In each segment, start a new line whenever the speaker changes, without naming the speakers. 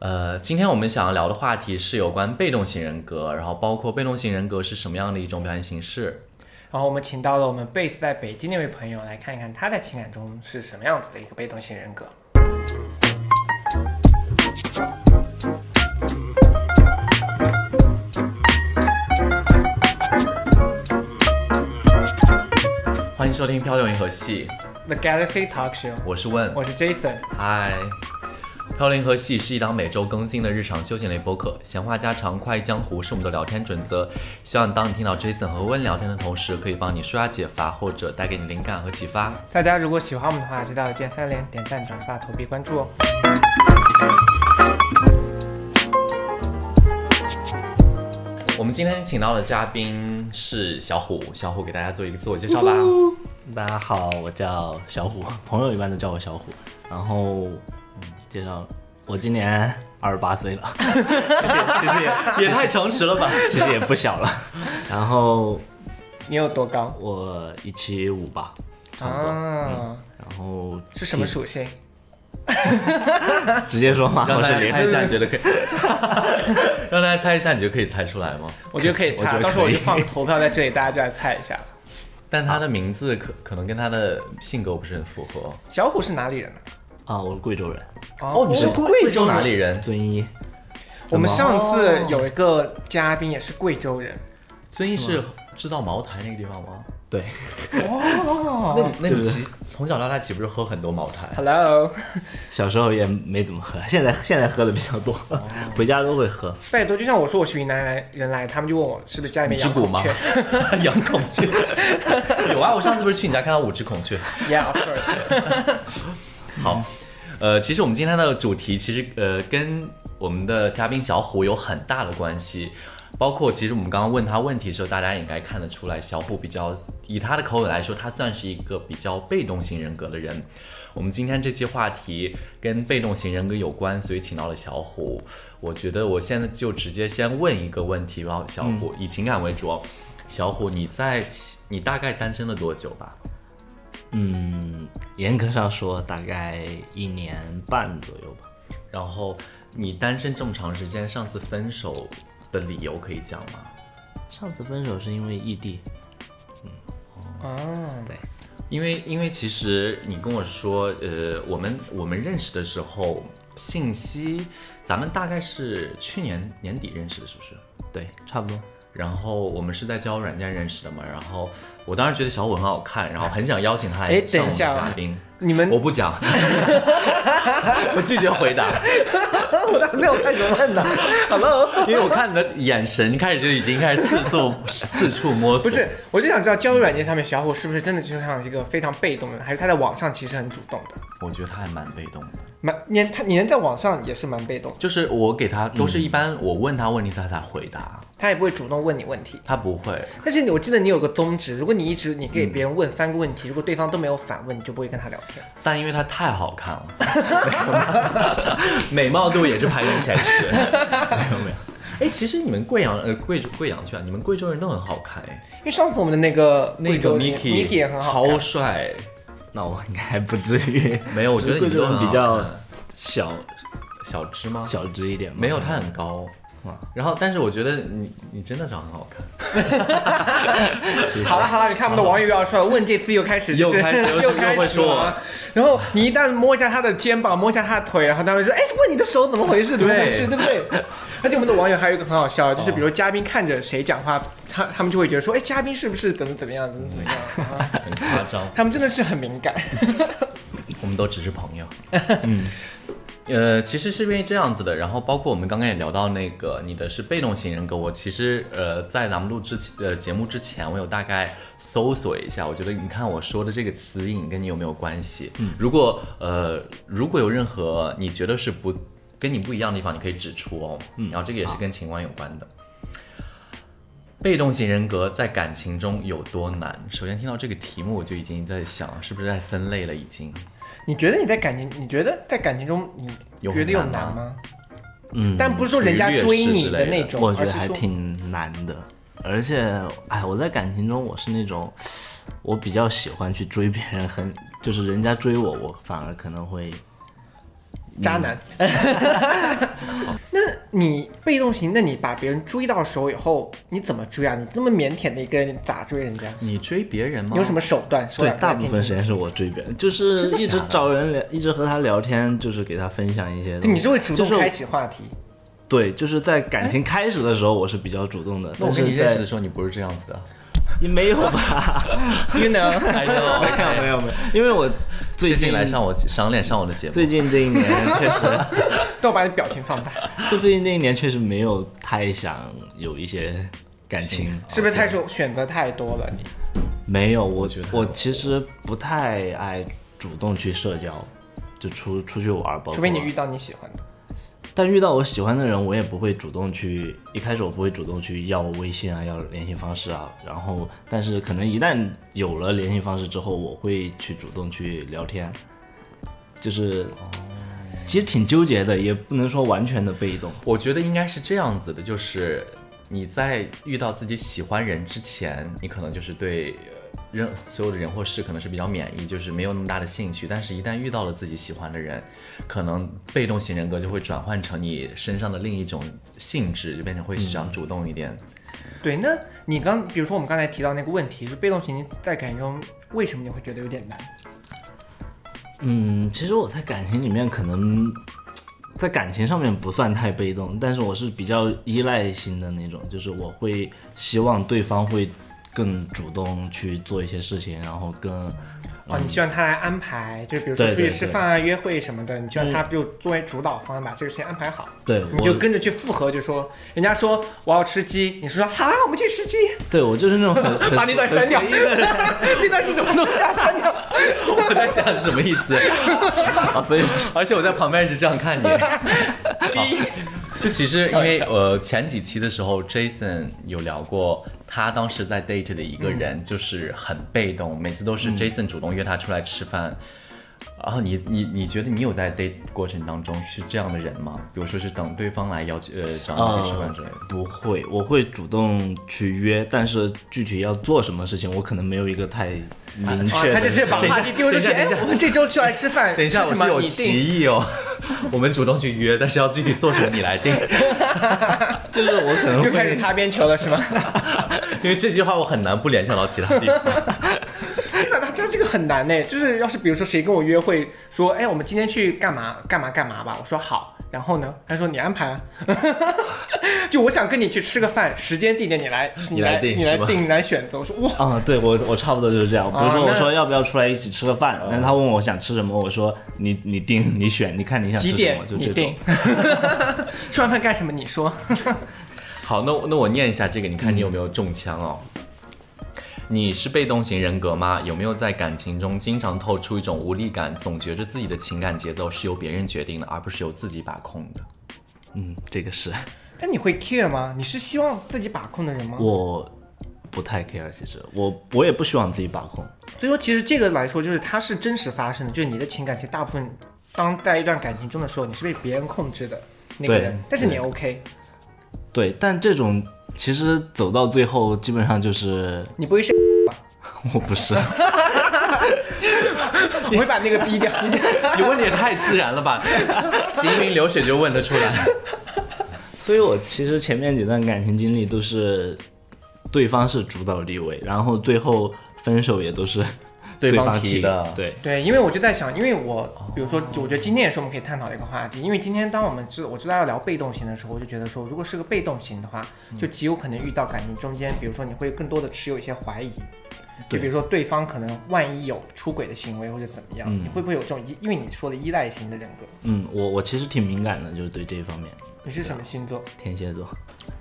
呃，今天我们想要聊的话题是有关被动型人格，然后包括被动型人格是什么样的一种表现形式。
然后我们请到了我们 base 在北京那位朋友来看一看他在情感中是什么样子的一个被动型人格。
欢迎收听《漂流银河系》，
The Galaxy Talk Show，
我是问，
我是 Jason，
嗨。漂流银河系是一档每周更新的日常休闲类播客，闲话家常、快意江湖是我们的聊天准则。希望当你听到 Jason 和温聊天的同时，可以帮你舒压解乏，或者带给你灵感和启发。
大家如果喜欢我们的话，记得一键三连、点赞、转发、投币、关注哦。
我们今天请到的嘉宾是小虎，小虎给大家做一个自我介绍吧。
大家好，我叫小虎，朋友一般都叫我小虎。然后，嗯，介绍我今年二十八岁了，其实也其实也
也太诚实了吧！
其实也不小了。然后
你有多高
我一七五吧，差不多。嗯
啊？
然后
是什么属性？
直接说嘛，
让
我
大
是
家
零
猜一下，你觉得可以？ 让大家猜一下，你觉得可以猜出来吗？
我觉得可以
我觉
猜，
得
到时候我
可以
就放投票在这里，大家就来猜一下。
但他的名字可可能跟他的性格不是很符合。
小虎是哪里人呢？
啊，我是贵州人，
哦，你是贵州哪里人？
遵义。
我们上次有一个嘉宾也是贵州人，
哦
遵义是知道茅台那个地方吗？
对，
哦
那你那你
对对
岂从小到大岂不是喝很多茅台？
Hello，
小时候也没怎么喝，现在现在喝的比较多，
哦
回家都会喝。
拜托，就像我说我是云南来人来，他们就问我是不是家里面
五只
养
骨
孔
吗
雀
养孔雀有啊，我上次不是去你家看到五只孔雀？
？Yeah，of course。
好，呃，其实我们今天的主题其实呃跟我们的嘉宾小虎有很大的关系，包括其实我们刚刚问他问题的时候，大家也应该看得出来，小虎比较以他的口吻来说，他算是一个比较被动型人格的人。我们今天这期话题跟被动型人格有关，所以请到了小虎。我觉得我现在就直接先问一个问题吧，小虎，以情感为主哦。小虎，你在你大概单身了多久吧？
嗯，严格上说，大概一年半左右吧。
然后你单身这么长时间，上次分手的理由可以讲吗？
上次分手是因为异地，
哦，
因为因为其实你跟我说，呃，我们我们认识的时候，信息咱们大概是去年年底认识的，是不是？
对，差不多。
然后我们是在交友软件认识的嘛，然后我当时觉得小虎很好看，然后很想邀请他来
哎
上我
等一
们
下
嘉
啊
宾，
你们
我不讲， 我拒绝回答。
没有看什么问的，Hello，
因为我看你的眼神开始就已经开始四处四处摸索，
不是，我就想知道交友软件上面小伙是不是真的就像一个非常被动的人，还是他在网上其实很主动的？
我觉得他还蛮被动的，
蛮，你他你能在网上也是蛮被动的，
就是我给他都是一般我问他问题他才回答，
他也不会主动问你问题。
他不会。
但是你我记得你有个宗旨，如果你一直你给别人问三个问题，如果对方都没有反问，你就不会跟他聊天。
但因为他太好看了， 美貌度也是排名前十。没有没有，哎，其实你们贵阳呃贵州贵阳去啊，你们贵州人都很好看哎，
因为上次我们的那个
那
贵
个
州
Miki
Miki 也很好看，
超帅，
那我应该还不至于。
没 有，我觉得你们
贵州
都很
人
好看
比较小
小只吗？
小只一点嘛，
没有，他很高嗯
哇。
然后，但是我觉得你你真的长得很好看，
其实
好了好了，你看我们的网友又要说了，问这 次又开始、就是、
又开始又是
又开
又会
始
说
了。然后你一旦摸一下他的肩膀，摸一下他的腿，然后他们说：“哎，问你的手怎么回事？怎么回事？对不对？” 而且我们的网友还有一个很好笑的，就是比如嘉宾看着谁讲话，他他们就会觉得说：“哎，嘉宾是不是怎么怎么样，怎么怎么 样啊
很夸张？”。
他们真的是很敏感。
我们都只是朋 友。嗯，呃，其实是因为这样子的。然后包括我们刚刚也聊到那个你的是被动型人格，我其实呃在咱们录之前呃节目之前，我有大概搜索一下，我觉得你看我说的这个词引跟你有没有关系？嗯，如果呃如果有任何你觉得是不跟你不一样的地方，你可以指出哦。嗯，然后这个也是跟情感有关的。被动型人格在感情中有多难？首先听到这个题目，我就已经在想，是不是在分类了？已经。
你觉得你在感情，你觉得在感情中，你
有
觉得有
很难
难
吗
吗？
嗯，
但不是说人家
略
追
是
你
之
的
类
那
的
种，
我觉
而
得
是
还
说
挺难的，而且，哎，我在感情中我是那种，我比较喜欢去追别人很，就是人家追我，我反而可能会
渣男。那你被动型，那你把别人追到手以后，你怎么追啊？你这么腼腆的一个人，你咋追人家？
你追别人吗？
你有什么手段？手
对，
段
大
给
部
你
分时间是我追别人，就是
真的
一直
假的
找人聊，一直和他聊天，就是给他分享一些东
就
西。
你就会主
就是
动开启话题。
对，就是在感情开始的时候，我是比较主动的，
那我
但
跟你
是
认识
在
的时候，你不是这样子的。
也没有吧，
You know，
哎呦，
没有没有没有，因为我
最
最近
近来上我赏脸上我的节目，
最近这一年确实，
那我把你表情放大，
就最近这一年确实没有太想有一些感情，
是不是太说选择太多了？你
没有，我
觉得
我其实不太爱主动去社交，就出出去玩儿，包括
除非你遇到你喜欢的，
但遇到我喜欢的人，我也不会主动去，一开始我不会主动去要微信啊，要联系方式啊。然后，但是可能一旦有了联系方式之后，我会去主动去聊天，就是其实挺纠结的，也不能说完全的被动。
我觉得应该是这样子的，就是你在遇到自己喜欢人之前，你可能就是对呃任所有的人或事可能是比较免疫，就是没有那么大的兴趣。但是，一旦遇到了自己喜欢的人，可能被动型人格就会转换成你身上的另一种性质，就变成会
嗯
想主动一点。
对，那你刚比如说我们刚才提到那个问题，就被动型在感情中为什么你会觉得有点难？
嗯，其实我在感情里面可能在感情上面不算太被动，但是我是比较依赖型的那种，就是我会希望对方会更主动去做一些事情，然后更。
哦，
嗯
你希望他来安排，就比如说
对
出去
对
吃
对
饭啊、约会什么的，你希
嗯
望他就作为主导方把这个事情安排好，
对，
你就
我
跟着去附和，就说人家说我要吃鸡，你说说好，我们去吃鸡，
对我就是 那种很很
把那段删掉，
很随意的人
那段是什么东西啊？删掉。
我在想什么意思？
啊，所以
而且我在旁边是这样看你。就其实因为呃前几期的时候，Jason 有聊过，他当时在 date 的一个人就是很被动，每次都是 Jason 主动约他出来吃饭。然后你你你觉得你有在 date 过程当中是这样的人吗？比如说是等对方来邀请呃找你一起吃饭之类的。
不会，我会主动去约，但是具体要做什么事情，我可能没有一个太明
啊
确的想法。
他就是把话题丢出去，
等一下
哎
等一下，
我们这周出来吃饭，
等一下，
吃
我
什
是
么？
有
你定。
歧义哦。 我们主动去约，但是要具体做什么你来定，
就是我可能
又开
会
始擦边球了是吗？
因为这句话我很难不联想到其他地方。
那他这个很难呢，就是要是比如说谁跟我约会，说哎我们今天去干嘛干嘛干嘛吧，我说好，然后呢，他说你安排啊， 就我想跟你去吃个饭，时间地点你来，就是
你来
来
定
你来
是吧
定你来选择，我说哇，
啊、对我我差不多就是这样。比如
啊
说我
那
说要不要出来一起吃个饭，然后他问我想吃什么，我说你你定你选，你看你想吃
几
什
点
么就
你
这种
定。， 吃完饭干什么？你说，
好，那我那我念一下这个，你看你有没有中枪哦？你是被动型人格吗？有没有在感情中经常透出一种无力感，总觉着自己的情感节奏是由别人决定的，而不是由自己把控的？
嗯，这个是
但你会 care 吗？你是希望自己把控的人吗？
我不太 care，其实我我也不希望自己把控。
所以说，其实这个来说，就是它是真实发生的，就是你的情感，其实大部分当在一段感情中的时候，你是被别人控制的那个
对
人，但是你 OK，
对，但这种其实走到最后，基本上就是
你不会是，
我不是，
我会把那个逼掉。 你这
你问的也太自然了 吧，行云流水就问得出来。
所以我其实前面几段感情经历都是对方是主导地位，然后最后分手也都是
对方
方
提
提
的
对，
对，因为我就在想，因为我比如说，我觉得今天也是我们可以探讨的一个话题，因为今天当我们知我知道要聊被动型的时候，我就觉得说，如果是个被动型的话，就极有可能遇到感情中间，比如说你会更多的持有一些怀疑。就
对
比如说，对方可能万一有出轨的行为或者怎么样，你会不会有这种依？因为你说的依赖型的人格，
嗯，我我其实挺敏感的，就是对这一方面，
你是什么星座？
天蝎座，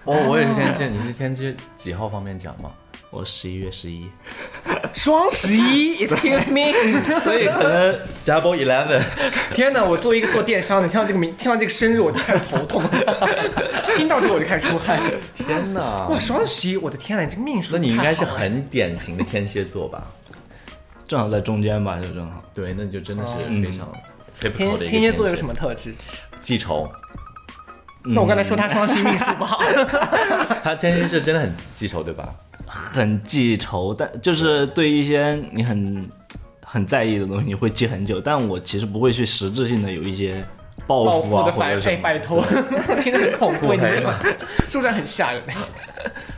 哦，我也是天蝎，你是天蝎几号方面讲吗？
我十一月十一，
双十 一，Excuse me！
所以可能
Double Eleven，
天哪，我作为一个做电商的，听到这个名，听到这个生日我就开始头痛， 听到这个我就开始出汗。
天哪！
哇，双十一，我的天哪，你这个命数
哦那你应该是
太好了
很典型的天蝎座吧？
正好在中间吧，就正好。
对，那你就真的是
嗯
非常 typical
天
的一个
天蝎座有
蝎
什么特质？
记仇，
那我刚才说他双十一命数不好，
嗯 他天蝎是真的很记仇，对吧？
很记仇，但就是对一些你很很在意的东西，你会记很久。但我其实不会去实质性的有一些报复
复
啊，
的
或
反
者什
哎，
么
拜托， 听着很恐怖，
对
你知道吗？是不是很吓人？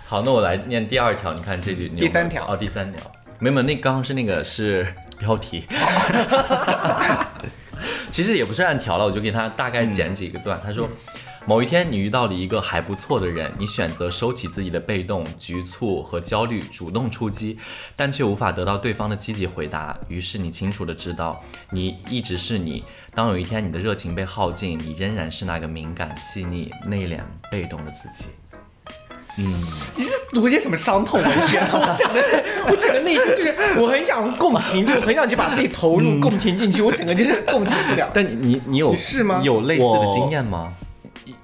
好，那我来念第二条，你看这里你有没有
第三条
哦，第三条，没有没有，那刚刚是那个是标题， 其实也不是按条了，我就给他大概剪几个段。他说，
嗯
某一天你遇到了一个还不错的人，你选择收起自己的被动、局促和焦虑，主动出击，但却无法得到对方的积极回答。于是你清楚的知道，你一直是你。当有一天你的热情被耗尽，你仍然是那个敏感、细腻、内敛、被动的自己。
你是读一些什么伤痛文学？我整个，我整个内心就是，我很想共情，就很想去把自己投
嗯
入共情进去，我整个就是共情不了。
但你你你有
你是吗
有类似的
我
经验吗？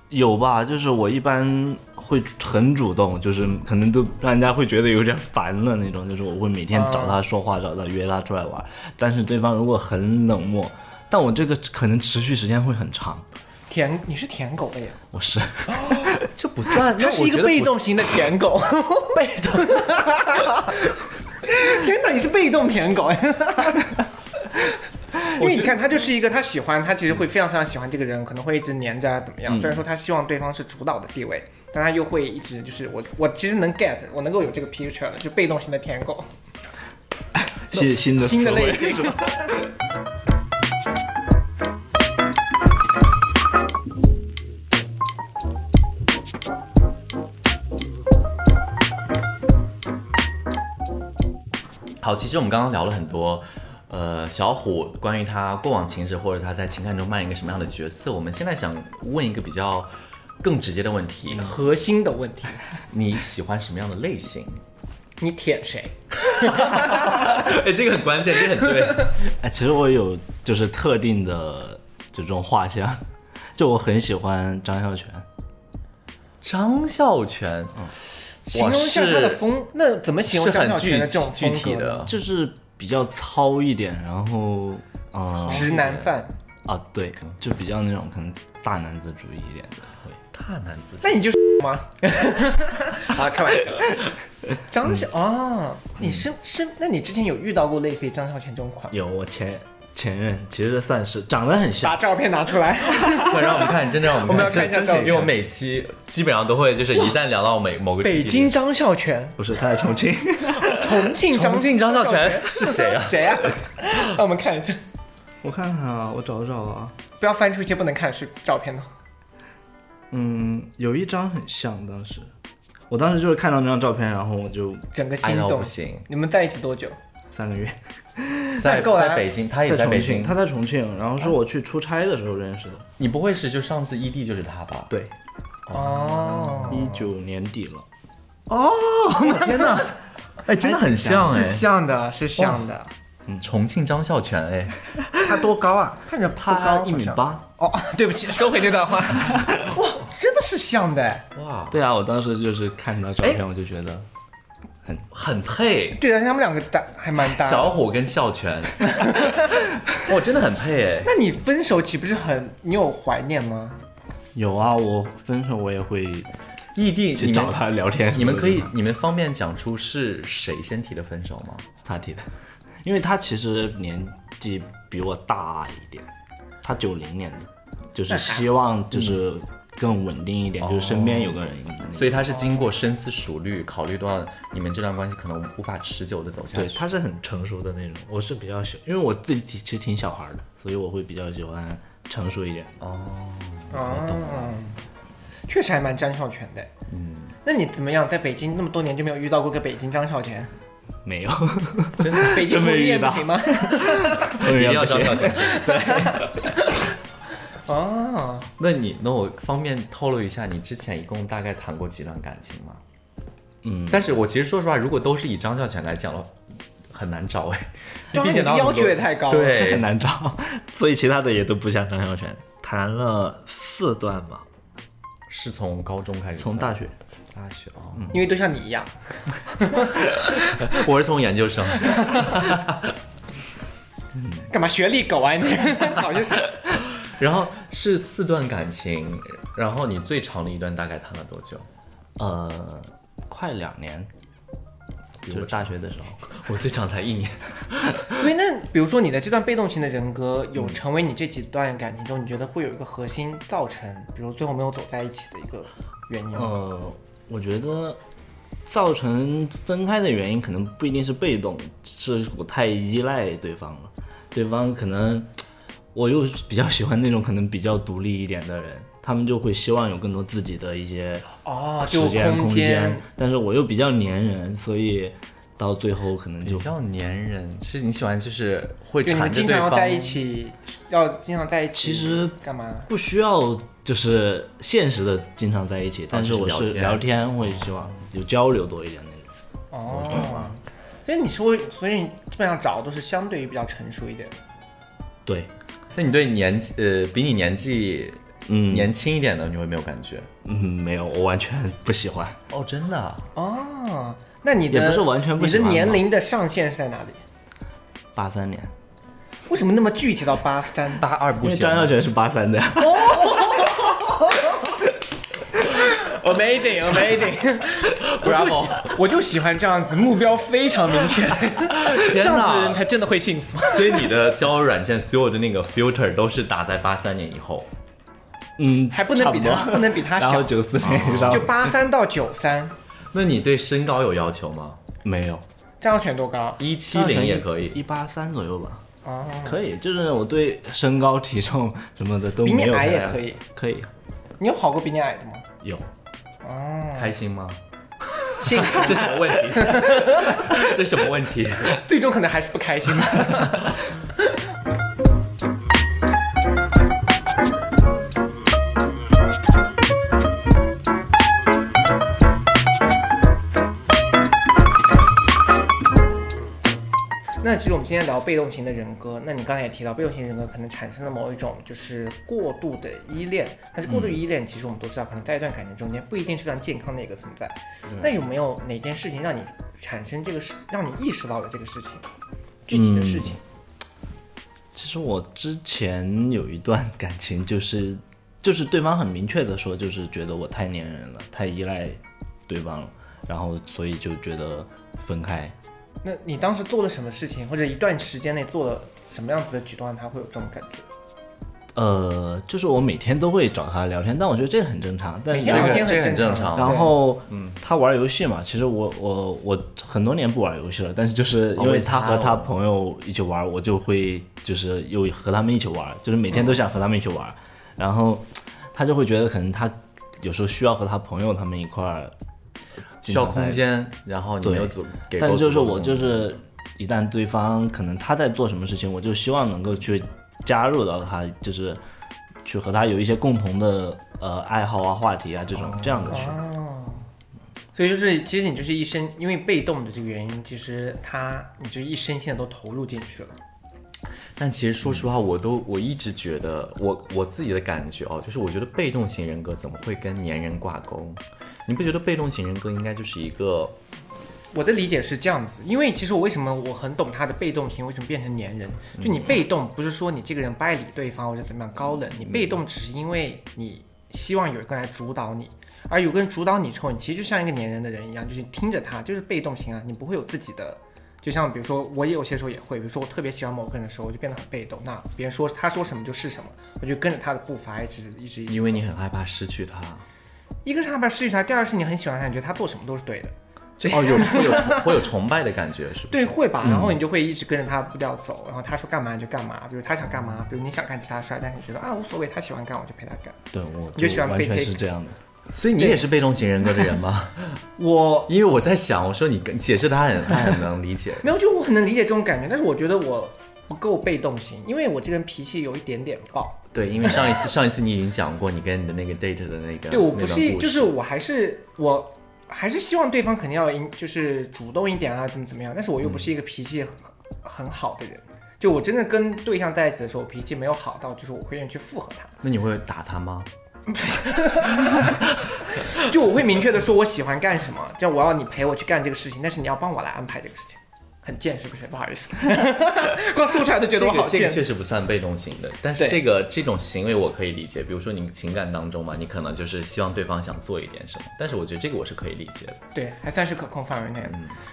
有吧？就是我一般会很主动，就是可能都让人家会觉得有点烦了那种。就是我会每天找
嗯
他说话，找他约他出来玩。但是对方如果很冷漠，但我这个可能持续时间会很长。
舔，你是舔狗的呀？
我是
这不算，
他是一个被动型的舔狗， 被动。 天哪，你是被动舔狗 哎！因为你看，他就是一个他喜欢，他其实会非常非常喜欢这个人，可能会一直黏着啊，怎么样？虽然说他希望对方是主导的地位，但他又会一直就是我，我其实能 get，我能够有这个 picture 的，就被动型的舔狗，
新新 的
新的
词汇
类型。
好，其实我们刚刚聊了很多，呃，小虎关于他过往情史或者他在情感中扮演一个什么样的角色，我们现在想问一个比较更直接的问题：
核心的问题，
你喜欢什么样的类型？
你舔谁？
哎，这个很关键，这个很对。
哎，其实我有就是特定的这种画像，就我很喜欢张孝全。
张孝全
形容一下他的风，那怎么形容
是
张
很
小
具
泉的这种
具
风
体
格呢？
的，
就是比较糙一点，然后啊、
直男范。
呃、啊，对，就比较那种可能大男子主义一点的会。
大男子
那你就是吗？ 啊，开玩笑。张小啊，你是是？那你之前有遇到过类似于张小泉这种款？
有我前前任其实算是长得很像
把，照片拿出来，
快让我们看，真的让我
我
们
们
看，
要看一下
真真可以
照片
因为我每期基本上都会，就是一旦聊到每某个
北
具体
京张孝 全，
不是他在重庆，
重庆张
重庆张孝全是谁啊？
谁啊？ 让我们看一下，
我看看啊，我找找啊，
不要翻出一些不能看的是照片哦。
嗯，有一张很像，当时我当时就是看到那张照片，然后我就
整个心
爱到
动
不。行，
你们在一起多久？
三个月
在
够了
在北京，他也在
重
北
庆，
京。
他在重庆，然后是我去出差的时候认识的，
你不会是就上次异地就是他 吧？
对，
哦，
一九年底了，
天 哪，哎，真的很像哎
是，像的，是像的。
重庆张孝全哎，
他多高啊？看着不
他
高
一米。
好像
八，
哦，对不起，收回这段 话。哇，真的是像的哎。
哇，
对啊，我当时就是看到照片我就觉得
很配，
对啊，他们两个搭还蛮搭的。
小虎跟孝 全，哇，真的很配哎。
那你分手岂不是很？你有怀念吗？
有啊，我分手我也会
异地
去
E 你
找
们
他嗯聊天，
你们可以，你们方便讲出是谁先提的分手吗？
嗯
他提的， 因为他其实年纪比我大一点，他九零年的，就是希望就是更稳定一
嗯
点，就是身边有个人，
所以他是经过深思熟虑，考虑到你们这段关系可能无法持久的走下
对，
去。
他是很成熟的那种。我是比较喜，因为我自己其实挺小孩的，所以我会比较喜欢成熟一点。
啊，确实还蛮张孝全的。嗯，那你怎么样？在北京那么多年就没有遇到过个北京张孝 全？
没 有，
真的，北京
真没
婚
遇
恋不
到嗯
行吗？
一定要
不
张
行
孝 全。
哦，
那你那我方便透露一下，你之前一共大概谈过几段感情吗？嗯，但是我其实说实话，如果都是以张孝全来讲了，很难找哎，
对啊
并且
你这要求也太高了
是
对
很，难找，所以其他的也都不像张小泉。谈了四段吧，
是从高中开始，
从大学，
大学哦，
因为都像你一样。
我是从研究生。
干嘛学历狗啊 你？早就是
然后是四段感情，然后你最长的一段大概谈了多久？
呃，快两年，
比
就
我
是大学的时候，
我最长才一年。
所以那比如说你的这段被动型的人格，有成为你这几段感情中，你觉得会有一个核心造成，比如最后没有走在一起的一个原因吗？
呃，我觉得造成分开的原因可能不一定是被动，是我太依赖对方了，对方可能我又比较喜欢那种可能比较独立一点的人，他们就会希望有更多自己的一些
哦，就
时间
空
间，但是我又比较粘人，所以到最后可能
比
就
较粘人，是你喜欢就是会
就你
缠
们
着
经
对
常要
方。
在一起，要经常在一起，
其实
干嘛？
不需要就是现实的经常在一起，但是我
就是
是
聊天
聊天会希望有交流多一点那种。啊
哦，所以你说，所以你基本上找的都是相对于比较成熟一点的。
对，
那你对年纪呃比你年纪
嗯，
年轻一点的，你会没有感觉？
嗯没有，我完全不喜欢。
哦，真的啊？
哦，那你的
也不是完全不
你的
喜欢吧
年龄的上限是在哪里？
八三年，
为什么那么具体到八三？
八二
因
不
为
行啊
张
吗，
耀全是八三的，
Amazing, amazing！我
呃
就
Bravo
喜 我就喜欢这样子，目标非常明 确，这样子的人才真的会幸福。
所以你的交友软件所有的那个 filter 都是打在八三年以后。
嗯，哦
还不能比他
差多
不能比他小
然后九四年以上
就八三到九三，
那你对身高有要求吗？
没有，
张耀全多高？
一七零也可
一
以。
八三左右吧，
哦，
可以。就是我对身高、体重什么的都
比你
没有
矮也
太大
可以，
可以，
你有好过比你矮的吗？
有
哦，
开心吗？
幸福
这什么问题？这什么问题？
最终可能还是不开心吧。 那其实我们今天聊被动型的人格，那你刚才也提到，被动型人格可能产生了某一种就是过度的依恋，但是过度依恋其实我们都知道，可能在一段感情中间不一定是非常健康的一个存在。那有没有哪件事情让你产生这个事，让你意识到了这个事情，具体的事情？
其实我之前有一段感情，就是就是对方很明确的说，就是觉得我太粘人了，太依赖对方了，然后所以就觉得分开。
那你当时做了什么事情，或者一段时间内做了什么样子的举动，让他会有这种感觉？
呃，就是我每天都会找他聊天，但我觉得这个很正常。但
每
是
天
这
聊
个
天
这个
很
很
正
正常
然后，
嗯
他玩游戏嘛，其实我我我很多年不玩游戏了，但是就是哦因为他和他朋友一起玩，我就会就是又和他们一起玩，就是每天都想和他们一起玩，然后他就会觉得可能他有时候需要和他朋友他们一块儿
需要
经常在
空间，然后你没有
对
足给够
但就是
足够的
我
空
就
间
是一旦对方可能他在做什么事情，我就希望能够去加入到他，就是去和他有一些共同的呃爱好啊、话题啊这种、这样的去。
哦，所以就是，其实你就是一生，因为被动的这个原因，其实他你就一身现在都投入进去了。
但其实说实话，我都我一直觉得，我我自己的感觉哦，就是我觉得被动型人格怎么会跟粘人挂钩？你不觉得被动型人格应该就是一个
我的理解是这样子，因为其实我为什么我很懂他的被动型为什么变成粘人，就你被动不是说你这个人不爱理对方或者怎么样高冷，你被动只是因为你希望有一个人来主导你，而有个人主导你之后，你其实就像一个粘人的人一样，就是你听着他就是被动型啊，你不会有自己的。就像比如说，我也有些时候也会，比如说我特别喜欢某个人的时候，我就变得很被动。那别人说他说什么就是什么，我就跟着他的步伐一直一直一直。
因为你很害怕失去他？
一个是他怕失去他，第二是你很喜欢他，你觉得他做什么都是对的。
哦，有会有崇会有崇拜的感觉，是不
对，
是？
会吧？然后你就会一直跟着他的步调走，然后他说干嘛你就干嘛，比如他想干嘛，比如你想看吉他摔，但是你觉得啊无所谓，他喜欢干我就陪他干。
对，我
你就喜欢
完
被
全
take
是这样的。
所以你也是被动型人格的人吗？
我，
因为我在想，我说你跟解释他很他很能理解
没有，就我很能理解这种感觉，但是我觉得我不够被动型，因为我这个人脾气有一点点暴。
对，因为上一次上一次你已经讲过你跟你的那个 date 的那个
对我
那
不
段
是，
故
就
事
是我还是我还是希望对方肯定要赢，就是主动一点啊，怎么怎么样。但是我又不
嗯
是一个脾气很很好的人，就我真的跟对象在一起的时候，我脾气没有好到就是我会愿意去附和他。
那你会打他吗？
就我会明确的说我喜欢干什么，这样我要你陪我去干这个事情，但是你要帮我来安排这个事情。很贱是不是？不好意思， 光说出来都觉得我好
这个
贱。
确实不算被动型的，但是
对
这个这种行为我可以理解。比如说你情感当中嘛，你可能就是希望对方想做一点什么，但是我觉得这个我是可以理解的。
对，还算是可控范围内的。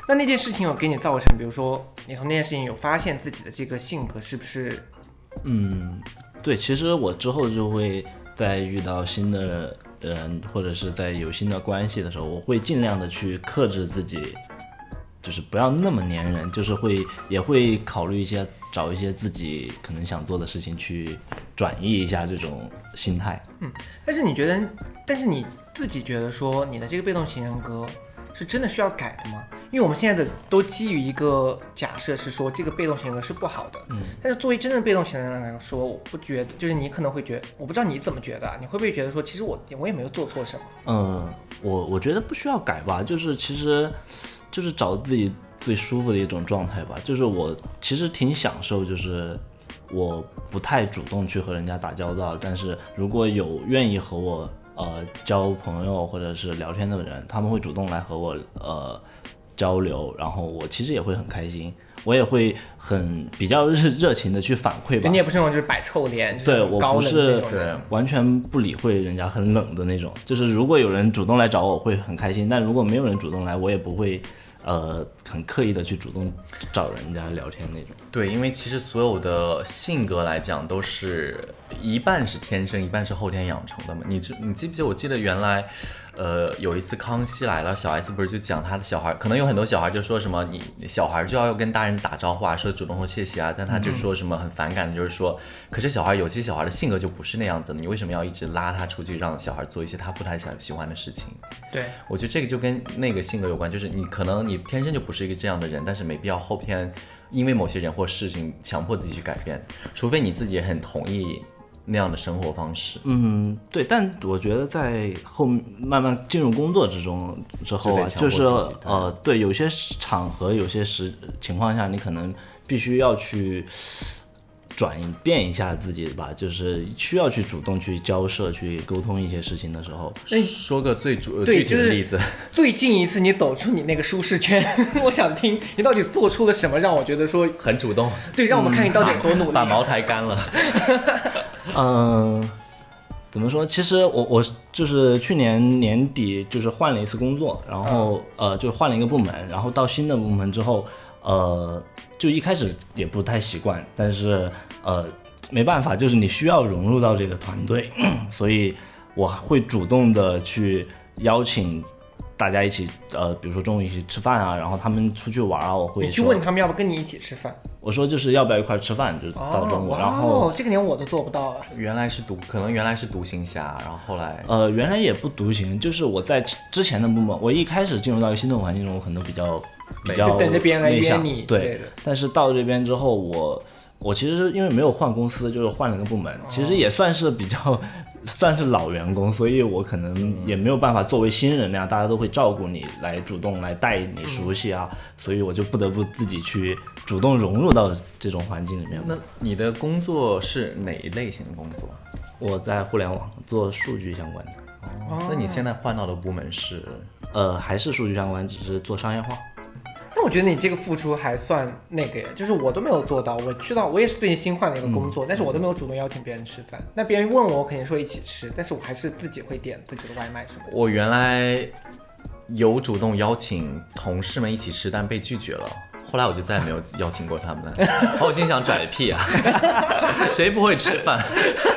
那那件事情有给你造成，比如说你从那件事情有发现自己的这个性格是不是
对，其实我之后就会在遇到新的人，或者是在有新的关系的时候，我会尽量的去克制自己，就是不要那么粘人，就是会也会考虑一些找一些自己可能想做的事情去转移一下这种心态。
但是你觉得，但是你自己觉得说你的这个被动型人格是真的需要改的吗？因为我们现在的都基于一个假设是说这个被动型人格是不好的，嗯，但是作为真正被动型的人来说，我不觉得，就是你可能会觉得，我不知道你怎么觉得啊，你会不会觉得说，其实我我也没有做错什么？
嗯，我我觉得不需要改吧，就是其实就是找自己最舒服的一种状态吧。就是我其实挺享受，就是我不太主动去和人家打交道，但是如果有愿意和我呃交朋友或者是聊天的人，他们会主动来和我呃交流，然后我其实也会很开心，我也会很比较热热情的去反馈
就
吧
你。也不是那种就是摆臭脸，就是
对
那种
我
高
不
冷的
是
那种人。
完全不理会人家很冷的那种，就是如果有人主动来找我，我会很开心；但如果没有人主动来，我也不会呃很刻意的去主动找人家聊天那种。
对，因为其实所有的性格来讲，都是一半是天生，一半是后天养成的嘛。你知你记不记得？我记得原来，呃，有一次《康熙来了》，小 S 不是就讲他的小孩，可能有很多小孩就说什么你你小孩就要跟大人打招呼啊，说主动说谢谢啊，但他就说什么很反感的，就是说，可是小孩有些小孩的性格就不是那样子的，你为什么要一直拉他出去，让小孩做一些他不太想喜欢的事情？
对，
我觉得这个就跟那个性格有关，就是你可能你天生就不是一个这样的人，但是没必要后天因为某些人或事情强迫自己去改变，除非你自己也很同意那样的生活方式。
嗯，对，但我觉得在后面慢慢进入工作之中之后
就
啊，就
得强迫
是
自己对
呃，对，有些时场合、有些时情况下，你可能必须要去转变一下自己吧，就是需要去主动去交涉、去沟通一些事情的时候，
说个最主呃
对
具体的
就是
例子，
最近一次你走出你那个舒适圈， 我想听你到底做出了什么，让我觉得说，
很主动，
对，让我们看你到底有多努力。
把茅台干了。
嗯，怎么说？其实我我就是去年年底就是换了一次工作，然后、
嗯
呃就换了一个部门，然后到新的部门之后，呃就一开始也不太习惯，但是呃没办法，就是你需要融入到这个团队， 所以我会主动的去邀请。大家一起，呃，比如说中午一起吃饭啊，然后他们出去玩啊，我会
你去
说
问他们要不跟你一起吃饭。
我说就是要不要一块儿吃饭，就是到中午，
哦，
然后
哇哦这个连我都做不到啊。
原来是独，可能原来是独行侠，然后后来
呃，原来也不独行，就是我在之之前的部门，我一开始进入到一个新的环境中，我可能比较比较
就等着别人来
内
约
向
你之类
对
的。
但是到这边之后，我我其实是因为没有换公司，就是换了个部门，
哦
其实也算是比较 算是老员工，所以我可
嗯
能也没有办法作为新人那样，大家都会照顾你，来主动来带你熟悉
嗯
啊，所以我就不得不自己去主动融入到这种环境里面。
那你的工作是哪一类型的工作？
我在互联网做数据相关的，
哦
那你现在换到的部门是？
呃，还是数据相关，只是做商业化。
但我觉得你这个付出还算那个耶，就是我都没有做到。我去到我也是最近新换了一个工
嗯
作，但是我都没有主动邀请别人吃饭。那别人问我，我肯定说一起吃，但是我还是自己会点自己的外卖什么的。
我原来有主动邀请同事们一起吃，但被拒绝了。后来我就再也没有邀请过他们了。然后我心想拽屁啊， 谁不会吃饭？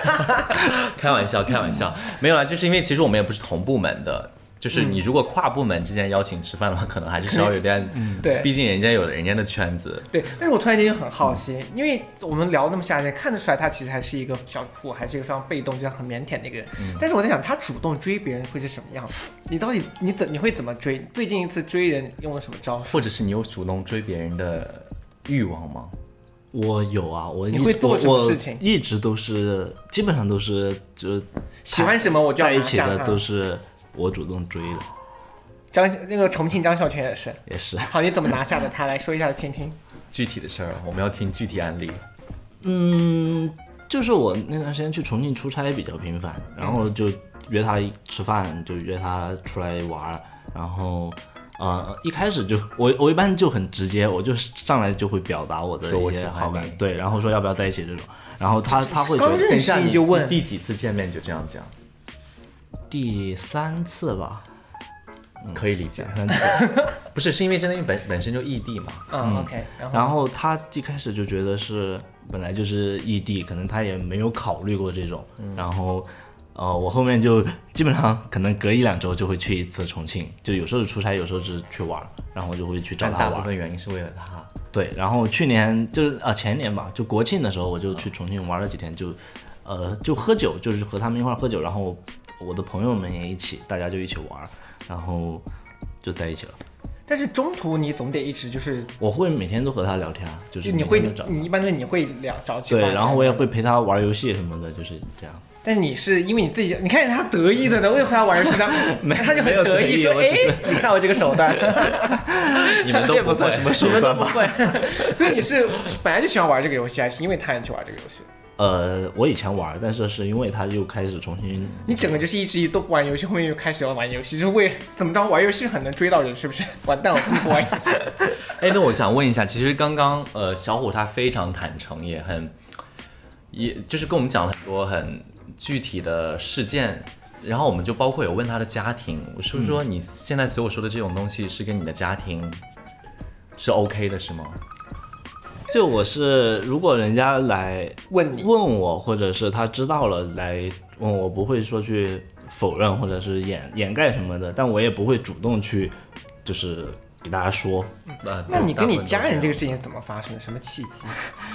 开玩笑，开玩笑，没有啦，就是因为其实我们也不是同部门的。就是
嗯
你如果跨部门之间邀请吃饭的话，可能还是稍微有点，
对
毕竟人家有人家的圈子，
对，但是我突然间就很好奇，
嗯
因为我们聊那么下来，看得出来他其实还是一个小酷，还是一个非常被动、就很腼腆的一个人。
嗯
但是我在想，他主动追别人会是什么样子？你到底你怎你会怎么追？最近一次追人用了什么招数？
或者是你有主动追别人的欲望吗？
我有啊，我
你
一
会
直
做
我
什么
我
事情
一直都是，基本上都是就是
喜欢什么我就要
在一
拿
起
下
的
他。
都是我主动追的，
张那个重庆张孝全也是。
也是。
好，你怎么拿下的他？来说一下听听。
具体的事儿，我们要听具体案例。
嗯，就是我那段时间去重庆出差比较频繁，然后就约他吃饭，就约他出来玩儿，然后呃，一开始就我我一般就很直接，我就上来就会表达我的
说我
一些
喜欢
好感
你，
对，然后说要不要在一起这种，然后他他会觉
刚
得
认识
等一下
你
你
就问
第几次见面就这样讲，
第三次吧，
可以理解。
三次，
不是，是因为真的因为本本身就异地嘛，
嗯，OK，然后
然后他一开始就觉得是本来就是异地，可能他也没有考虑过这种。
嗯
然后，呃，我后面就基本上可能隔一两周就会去一次重庆，就有时候是出差，有时候是去玩儿，然后就会去找
但
他
大部
玩儿。
分原因是为了他。
对，然后去年就是啊、前年吧，就国庆的时候我就去重庆玩了几天，就，呃，就喝酒，就是和他们一块儿喝酒，然后我的朋友们也一起，大家就一起玩儿，然后就在一起了。
但是中途你总得一直就是，
我会每天都和他聊天儿，就是
就你
每
会
天都找，他
你一般都是你会聊找几
对，
话
然后
题
我也会陪他玩游戏什么的，就是这样。
但是你是因为你自己，你看他得意的呢，为什么他玩游戏呢？他就很得
没有得意
说：“
我
哎
只是，
你看我这个手段。
你们都
这
不
不
会
算什么手段吧？”
所以你是本来就喜欢玩这个游戏，还是因为他人去玩这个游戏？
呃，我以前玩，但是是因为他又开始重新，
你整个就是一直都不玩游戏，后面又开始要玩游戏，就是为怎么着玩游戏很能追到人，是不是？完蛋，我不玩游戏。
哎，那我想问一下，其实刚刚呃，小虎他非常坦诚，也很，也就是跟我们讲了很多很具体的事件，然后我们就包括有问他的家庭，是不是说你现在所有说的这种东西是跟你的家庭是 OK 的，是吗？
就我是如果人家来
问你
问我，或者是他知道了来问我，不会说去否认或者是掩掩盖什么的，但我也不会主动去就是给大家说。
嗯那
那你跟你家人这个
个，
事情是怎么发生的？什么契机？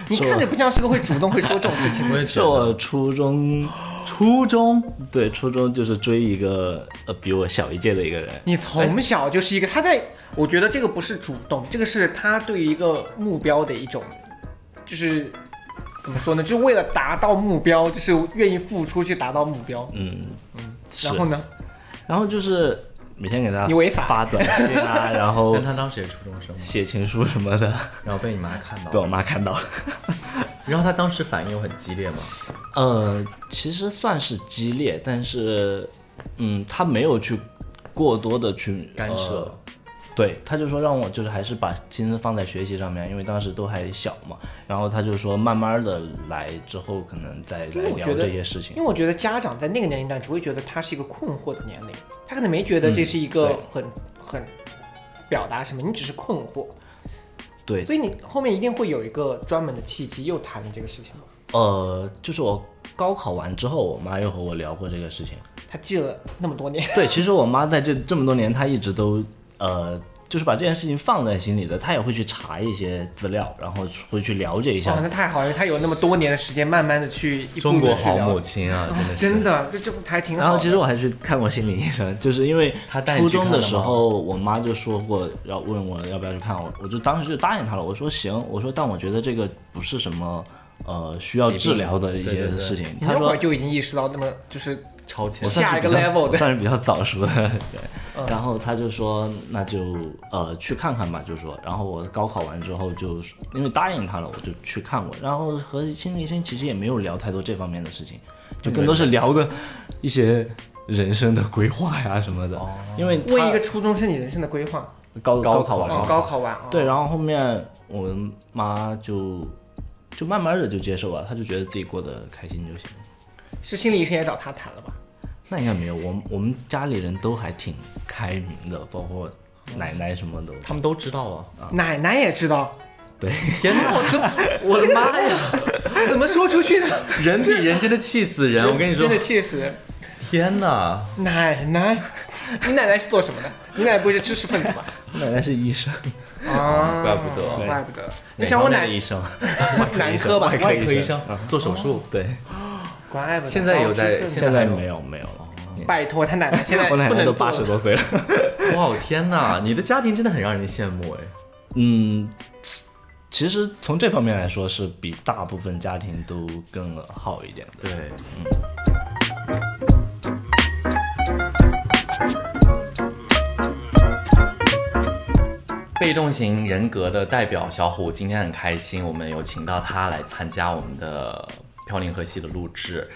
你看着不像是个会主动会说这种事情的人。
我也觉
是
得
我初中，初中对初中就是追一个呃比我小一届的一个人，
你从小就是一个，他在，我觉得这个不是主动，这个是他对一个目标的一种，就是怎么说呢？就是为了达到目标，就是愿意付出去达到目标。
嗯嗯，是
然后呢？
然后就是每天给他
你违法
发短信啊，然 后
但他当时也初中生嘛，
写情书什么的，
然后被你妈看到
被
了，
我妈看到。
然后他当时反应有很激烈嘛，
呃，其实算是激烈，但是，嗯，他没有去过多的去
干涉。
呃对，他就说让我就是还是把心思放在学习上面，因为当时都还小嘛。然后他就说慢慢的来，之后可能再
因
来
为我
聊
觉得
这些事情
因为。我觉得家长在那个年龄段只会觉得他是一个困惑的年龄，他可能没觉得这是一
嗯
个
对
很、很表达什么，你只是困惑，
嗯
对，
所以你后面一定会有一个专门的契机又谈了这个事情。
呃，就是我高考完之后，我妈又和我聊过这个事情。
他记了那么多年，
对，其实我妈在这这么多年，她一直都呃，就是把这件事情放在心里的，她也会去查一些资料，然后会去了解一下
哇，哦那太好了，因为他有那么多年的时间，慢慢的去一步
中
一步
国
去
好
了
母亲啊，真的是，
真的，这这还挺好的。
然后其实我还去看过心理医生，就是因为
他带你
初
去
中
看
的
了
时
吗
候，我妈就说过要问我要不要去看我，我就当时就答应她了，我说行，我说但我觉得这个不是什么呃需要
疾
治
病
疗的一
对
些
对对
事情，
你
她
那会
说
儿就已经意识到，那么就是
超前
我算
下
是
一个
比较
level 嗯
我
的
算是比较早熟的。对，然后他就说那就呃去看看吧，就说，然后我高考完之后就因为答应他了，我就去看过，然后和心理医生其实也没有聊太多这方面的事情，就更多是聊的一些人生的规划呀什么的，因为他
哦问一个初中生你人生的规划。
高
高考
高考完
完
了
哦，高考完，哦
对，然后后面我妈就就慢慢的就接受了，她就觉得自己过得开心就行了。
是心理医生也找他谈了吧？
那应该没有，我们我们家里人都还挺开明的，包括奶奶什么的。
他们都知道啊了。
奶奶也知道，
对，
天哪，我 这我的妈呀！
怎么说出去呢？
人比人真的气死人，我跟你说
真，的气死！
天哪！
奶奶，你奶奶是做什么的？你奶奶不会是知识分子吧？
奶奶是医生，
啊，
怪不得
怪不得。
哪
你想我
方面
奶
的医 生，
男科吧？ 哦
外
外
医
科
生
医生做手术，
对，
怪不得。
现在有在
高知分子
现在没有哦没有了。
拜托他奶奶现在
我奶
不
奶
能做
都八十
了
多岁了。
哇，天哪！你的家庭真的很让人羡慕哎。
嗯，其实从这方面来说，是比大部分家庭都更好一点的。
对，嗯被动型人格的代表小虎，今天很开心，我们有请到他来参加我们的《飘零河系》的录制。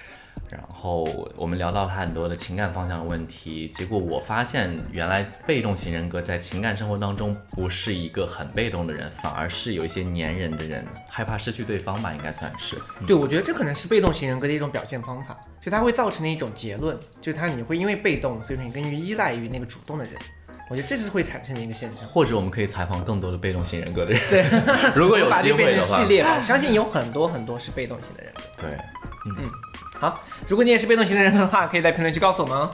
然后我们聊到他很多的情感方向的问题，结果我发现原来被动型人格在情感生活当中不是一个很被动的人，反而是有一些粘人的人，害怕失去对方吧，应该算是。
对，我觉得这可能是被动型人格的一种表现方法，就它会造成的一种结论，就是它你会因为被动，所以说你更于依赖于那个主动的人。我觉得这是会产生的一个现象。
或者我们可以采访更多的被动型人格的人，对， 如果有
把
机
这
会
变
的
成
话
系，列吧，我相信有很多很多是被动型的人。
对。
好，如果你也是被动型的人的话，可以在评论区告诉我们哦。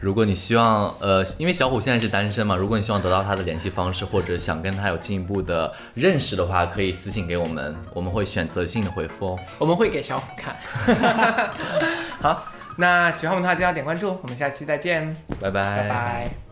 如果你希望，呃，因为小虎现在是单身嘛，如果你希望得到他的联系方式，或者想跟他有进一步的认识的话，可以私信给我们，我们会选择性的回复哦。
我们会给小虎看。 好，那喜欢我们的话就要点关注，我们下期再见，
拜拜。
拜拜